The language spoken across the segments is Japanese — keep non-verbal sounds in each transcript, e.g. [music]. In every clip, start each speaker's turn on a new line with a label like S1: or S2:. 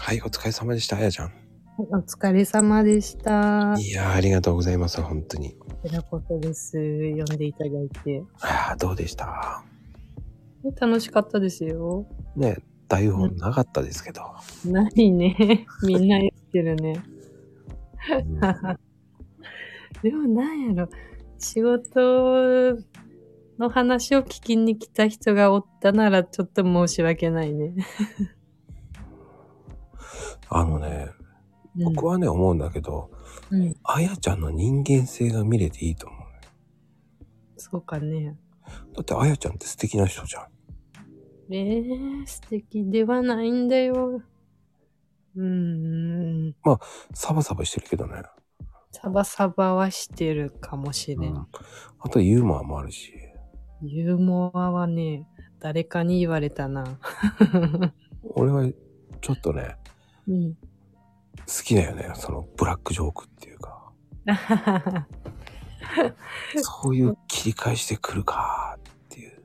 S1: はい、お疲れ様でした、あやちゃん。
S2: お疲れ様でした。こ
S1: いやー、ありがとうございます、本当に。
S2: ちらこそです。読んでいただいて。
S1: ああ、どうでした
S2: 楽しかったですよ。
S1: ね、台本なかったです [laughs] けど。
S2: ないね。 [laughs] みんな言ってるね。
S1: うん
S2: でもなんやろ。仕事の話を聞きに来た人がおったならちょっと申し訳ないね。
S1: あのね、僕
S2: は、
S1: はね、思うんだけど、
S2: うん、
S1: あやちゃんの人間性が見れていいと思う。
S2: そうかね。
S1: だって、あやちゃんって素敵な人じゃん。
S2: えー、素敵ではないんだよ。うーん。
S1: サバサバしてるけどね。
S2: サバサバはしてるかもしれん。
S1: うんあと、ユーモアもあるし。
S2: ユーモアはね、誰かに言われたな。
S1: 俺は、ちょっとね、
S2: うん。 [laughs]
S1: 好きだよね。その、ブラックジョークっていう [laughs] か。そういう切り返してくるかーっていう。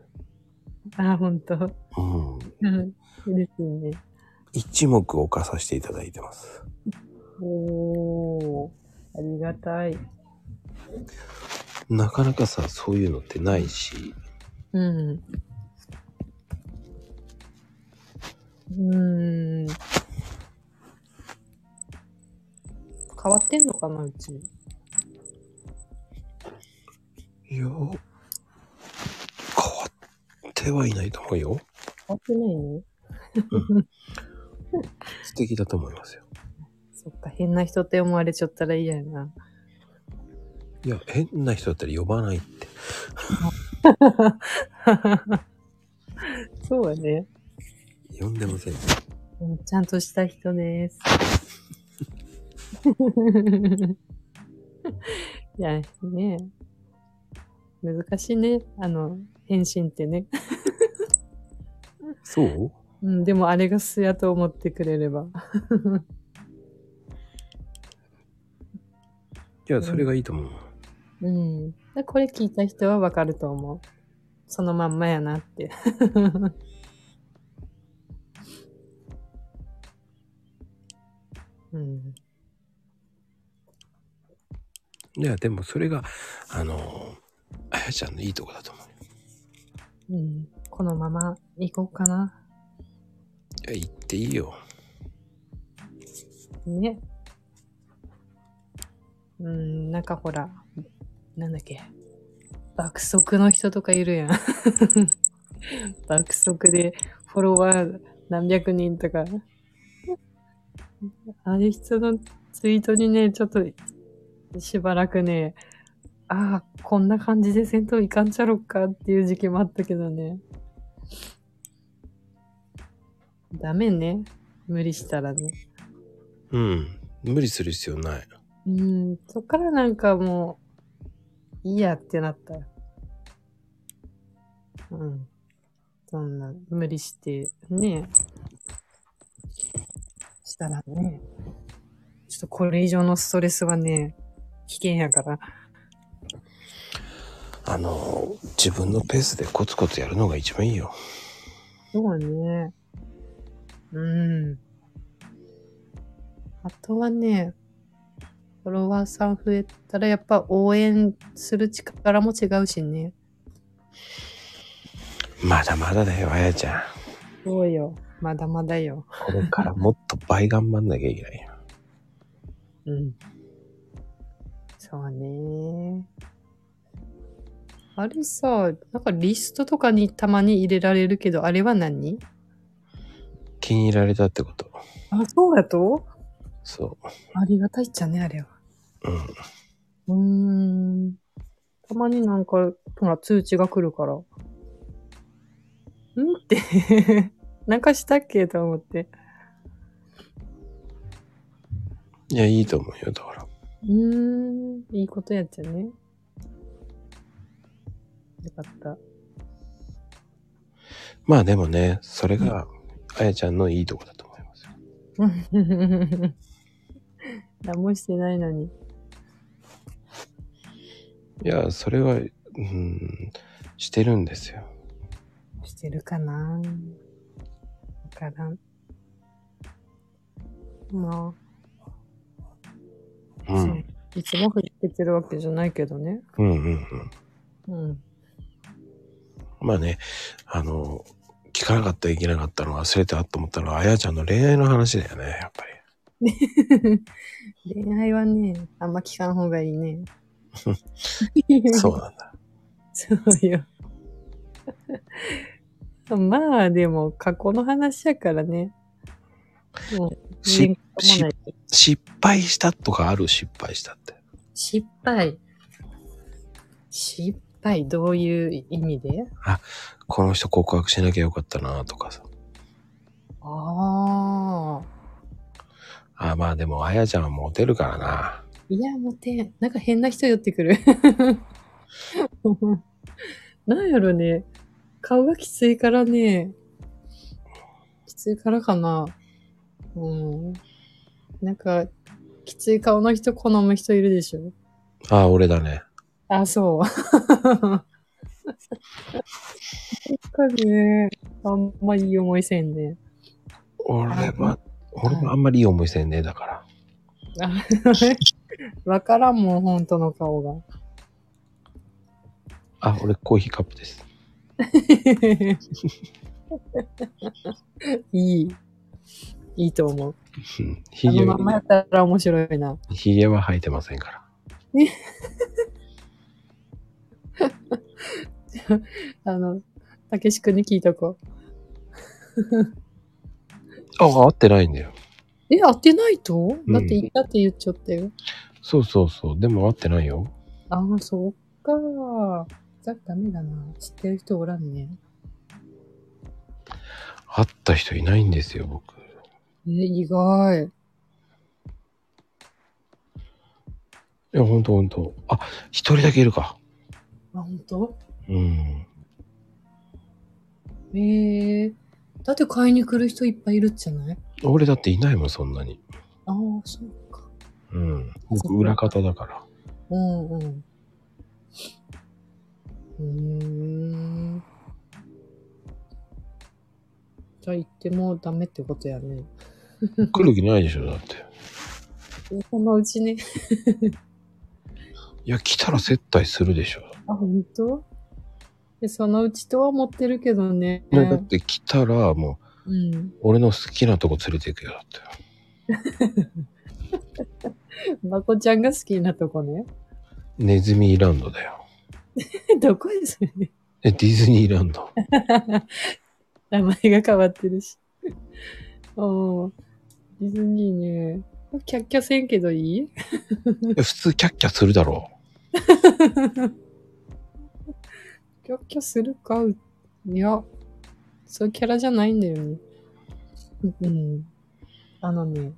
S2: あ、ほんと。
S1: うん。
S2: うん。嬉しいね。
S1: 一目置かさせていただいてます。
S2: おー。ありがたい。
S1: なかなかさ、そういうのってないし、
S2: うん。うーん。変わってんのかな、うち。
S1: いや、変わってはいないと思うよ。
S2: 変わってないね。
S1: 素敵だと思いますよ。
S2: そっか、変な人って思われちゃったら嫌やな。
S1: いや、変な人だったら呼ばないって。
S2: そうやね。
S1: 呼んでません。
S2: うんちゃんとした人です。 [laughs] いや、ね難しいね。あの、返信ってね。
S1: そう
S2: うん、でもあれが素やと思ってくれれば。
S1: いや、それがいいと思う。
S2: うん。でこれ聞いた人はわかると思う。そのまんまやなって。 [laughs] うん。
S1: いや、でもそれが、あの、あやちゃんのいいとこだと思う。
S2: うん。このまま行こうかな。
S1: いや、言っていいよ。
S2: ね。うーん、なんかほら、なんだっけ。爆速の人とかいるやん。 [laughs] 爆速でフォロワー何百人とか。あれ人のツイートにね、ちょっとしばらくね、ああ、こんな感じで戦闘いかんちゃろっかっていう時期もあったけどね。ダメね。無理したらね。
S1: うん。無理する必要ない。
S2: うん、そっからなんかもう、いいやってなった。うん。そんな、無理して、ね。したらね。ちょっとこれ以上のストレスはね、危険やから。
S1: あの、自分のペースでコツコツやるのが一番いいよ。
S2: そうね。うん。あとはね、フォロワーさん増えたらやっぱ応援する力も違うしね。
S1: まだまだだよ、あやちゃん。
S2: そうよ。まだまだよ。
S1: これからもっと倍頑張んなきゃいけないよ。
S2: うん。そうね。あれさ、なんかリストとかにたまに入れられるけど、あれは何
S1: 気に入られたってこと。
S2: あ、そうやと
S1: そ
S2: ありがたいっちゃね、あれは。
S1: う。うん。
S2: うーん。たまになんか、ほら、通知が来るから。んって。 [laughs] なんかしたっけと思って。
S1: いや、いいと思うよ、だから。
S2: うーん、いいことやっちゃね。よかった。
S1: まあでもね、それが、あやちゃんのいいとこだと思いますよ。
S2: 何も [laughs] してないのに。
S1: いや、それは、うん、してるんですよ。
S2: してるかなわからん。まあ、
S1: う。
S2: そうんいつも振ってるわけじゃないけどね。
S1: うんうんうん。 [laughs]
S2: うん。
S1: まあね、あの、聞かなかったいけなかったの忘れたと思ったのは、あやちゃんの恋愛の話だよね、やっぱり。
S2: [laughs] 恋愛はね、あんま聞かん方がいいね。
S1: [laughs] そうなんだ。
S2: そうよ。 [laughs] まあでも過去の話やからね。もう
S1: し
S2: 言語もない
S1: 失敗したとかある失敗したって。
S2: 失敗。失敗、どういう意味で
S1: この人告白しなきゃよかったなとかさ。
S2: ああ。
S1: あ、まあでも、あやちゃんはモテるからな。
S2: いや、モテん。なんか変な人寄ってくる。 [laughs] なんやろね。顔がきついからね。きついからかな。うん。なんか、きつい顔の人好む人いるでしょ。
S1: あ、俺だね。
S2: あ、 [laughs] そう。なんかね、あんまいい思いせんね。
S1: 俺
S2: は
S1: は、俺もあんまりいい思いせんねえだから。
S2: あ [laughs] わからんもん、本当の顔が。 [laughs]
S1: あ、俺コーヒーカップです。
S2: いい。いいと思う。
S1: うん
S2: あ
S1: ひげ
S2: のまんまや
S1: は、
S2: ったら面白いな。
S1: ひげは生えてませんから。
S2: あの、たけし君に聞いとこ
S1: あ、合ってないんだよ。
S2: う。え、合ってないと
S1: うん
S2: だって言ったって言っちゃったよ。
S1: そうそうそう。でも合ってないよ。
S2: ああ、そっか。じゃあダメだな。知ってる人おらんね。
S1: 会った人いないんですよ、僕。
S2: え、意外。
S1: いや、ほんとほんと。あ、一人だけいるか。
S2: あ、ほんと
S1: うん。
S2: えー。だって買いに来る人いっぱいいるんじゃない
S1: 俺だっていないもん、そんなに。
S2: ああ、そうか。
S1: うん。
S2: そっ
S1: 僕、
S2: か
S1: 裏方だから。
S2: うんうん。うーん。じゃあ行ってもダメってことやね。
S1: 来る気ないでしょ、だって。
S2: そのうちね。
S1: いや、来たら接待するでしょ。
S2: あ、本当でそのうちとは思ってるけどね。
S1: ねだって来たら、もう、
S2: うん。
S1: 俺の好きなとこ連れて行くよ、だって。
S2: まこちゃんが好きなとこね。 [laughs]
S1: ネズミーランドだよ。
S2: どこですね。
S1: え、ディズニーラン [laughs] ド。
S2: 名前が変わってるし。 [laughs] うん。ディズニーね。キャッキャせんけどいい
S1: いや普通キャッキャするだろ
S2: キャッキャするかういや、そういうキャラじゃないんだよね。うん。あのね、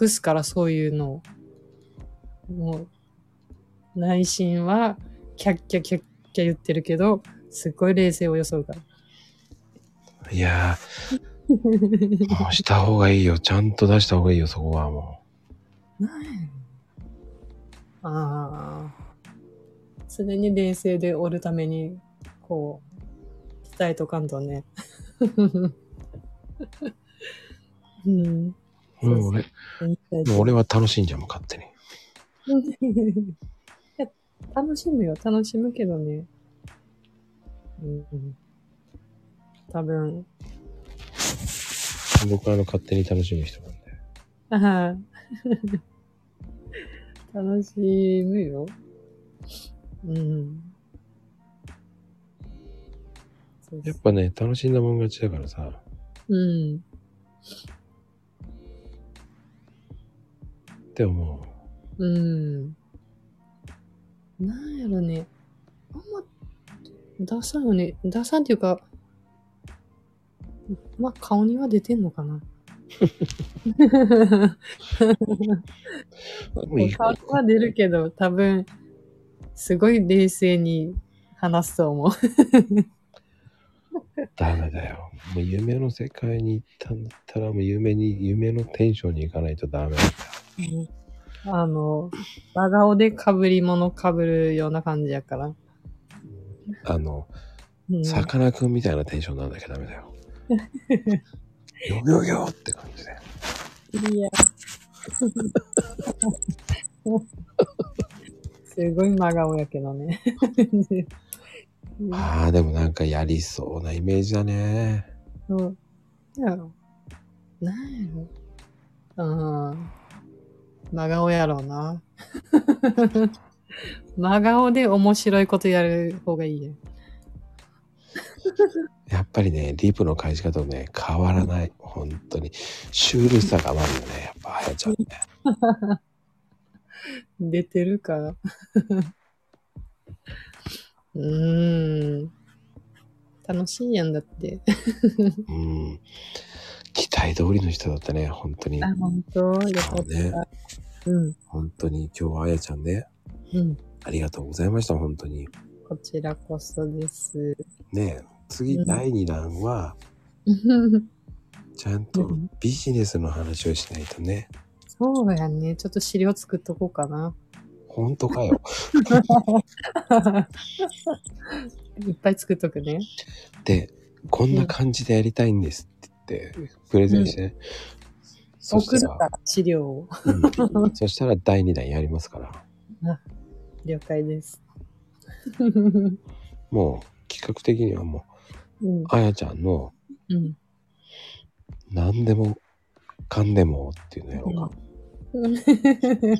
S2: 隠すからそういうのを。もう、内心は、キャッキャキャッキャ言ってるけど、すっごい冷静を装うから。
S1: う。いやー、もうした方がいいよ。ちゃんと出した方がいいよ、そこはも
S2: ああ。常に冷静でおるために、こう、伝えとかんとね。 [laughs] うん。
S1: う。もう
S2: そう
S1: 俺、もう俺は楽しんじゃん、もう勝手に。
S2: [laughs] いや楽しむよ、楽しむけどね。うんうん。多分、 [laughs]
S1: 僕はあの、勝手に楽しむ人なんで。
S2: あは楽しむよ。うん。そう
S1: や
S2: そう
S1: っぱね、楽しんだもん勝ちだからさ。
S2: うん。
S1: でもも
S2: うん。なんやろね。あんま、出さんよね。出さんっていうか、まあ、顔には出てんのかな。
S1: う、もういい
S2: 顔には出るけど、多分、すごい冷静に話すと思う。
S1: ダメだよ。もう夢の世界に行ったんだったら、もう夢に、夢のテンションに行かないとダメだよ。
S2: あの、真顔で被り物被るような感じやから。
S1: あの、
S2: うん、
S1: さかなク
S2: [laughs]
S1: ンみたいなテンションになんなきゃダメだよ。よよよって感じで。[laughs]
S2: いや。すごい真顔やけどね。 [laughs]
S1: ああ、でもなんかやりそうなイメージだね。
S2: そう。なんやろ。なんやろ。うん。真顔やろうな。 [laughs] 真顔で面白いことやる方がいいよ。
S1: やっぱりね、リープの返し方もね、変わらない。本当に。シュールさがあるよね。やっぱ、あやちゃんね。
S2: 出てるからうーん。楽しいやんだって。
S1: うん。期待通りの人だったね。本当に
S2: あ。、本当よか
S1: そ
S2: っ
S1: うね。
S2: た。うん。
S1: 本当に今日はあやちゃんね、
S2: うん。
S1: ありがとうございました。本当に。
S2: こちらこそ [laughs] です。
S1: ねえ次、
S2: うん
S1: 第2弾は、ちゃんと
S2: うん
S1: ビジネスの話をしないとね。
S2: そうやね。ちょっと資料作っとこうかな。
S1: 本当かよ。
S2: いっぱい作っとくね。
S1: で、こんな感じでやりたいんですって言って、プレゼンしてね。そ
S2: 送
S1: し
S2: る
S1: た、
S2: からら資料を。
S1: うんそしたら第2弾やりますから。
S2: 了解 [laughs] です。
S1: もう企画的にはも
S2: うん
S1: う、あやちゃんの
S2: うん
S1: 何でもかんでもっていうのやろうか。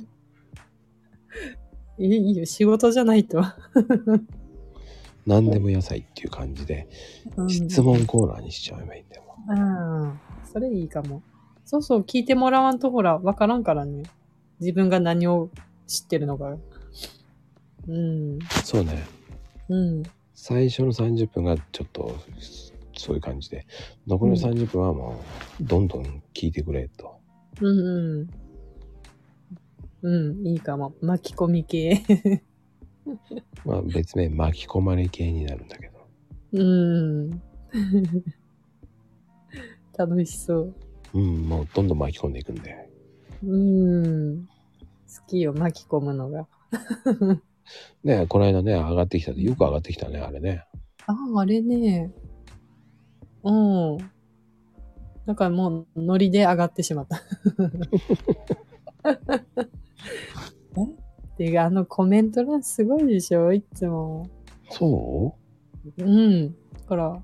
S2: い [laughs] いいいよ、仕事じゃないと。
S1: 何でも野菜っていう感じで、
S2: うん
S1: 質問コーナーにしちゃえばいいんだよ。
S2: うん。それいいかも。そうそう、聞いてもらわんとほら、わからんからね。自分が何を知ってるのか。うん。
S1: そうね。
S2: うん。
S1: 最初の30分がちょっと、そういう感じで、残りの30分はもう、どんどん聞いてくれと。
S2: うんうん。うん、いいかも。巻き込み系。
S1: まあ別名巻き込まれ系になるんだけど。
S2: うん。 [laughs] 楽しそう。
S1: うん、もうどんどん巻き込んでいくんで。
S2: うん。好きよ、巻き込むのが。
S1: ねこの間ね、上がってきたで、よく上がってきたね、あれね。
S2: ああ、あれね。うん。だからもう、ノリで上がってしま [laughs] った。えっていうか、あのコメント欄すごいでしょいつも。
S1: そ
S2: うん。だから、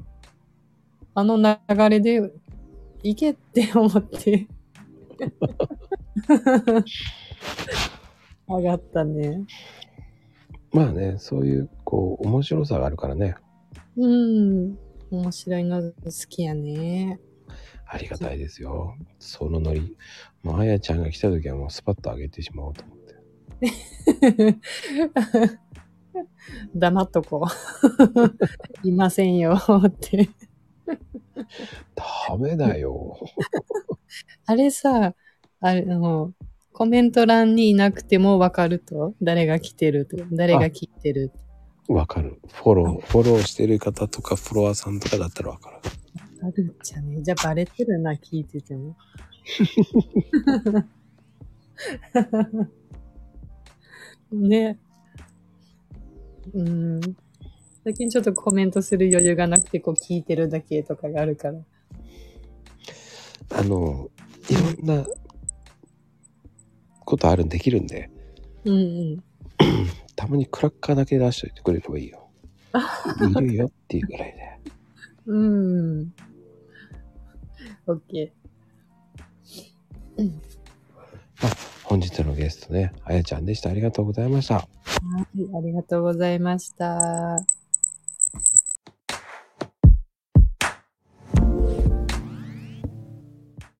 S2: あの流れで、行けって思 [laughs] って。上がったね。
S1: うまあね、そういう、こう、面白さがあるからね、
S2: うん。面白いの好きやね。 [laughs]
S1: ありがたいですよ。そのノリ。まあ、あやちゃんが来た時はもうスパッと上げてしまおうと思って。
S2: 黙っとこう。い [laughs] ませんよって。
S1: ダメだよ。
S2: あれさ、あれ、あの、コメント欄にいなくてもわかると誰が来てると誰が聞いてる
S1: わかる。フォロー、フォローしてる方とか、フォロワーさんとかだったらわかる。
S2: あるじゃね。じゃあバレてるな、聞いてても。ね。うん。最近ちょっとコメントする余裕がなくて、こう聞いてるだけとかがあるから。
S1: あの、いろんなことあるんできるんで、
S2: うんうん。
S1: たまにクラッカーだけ出しといてくれればいいよ。いるよっていうぐらいで。
S2: うん。オッケ
S1: 本日のゲストね、あやちゃんでした。ありがとうございました。
S2: ー。はい、ありがとうございました。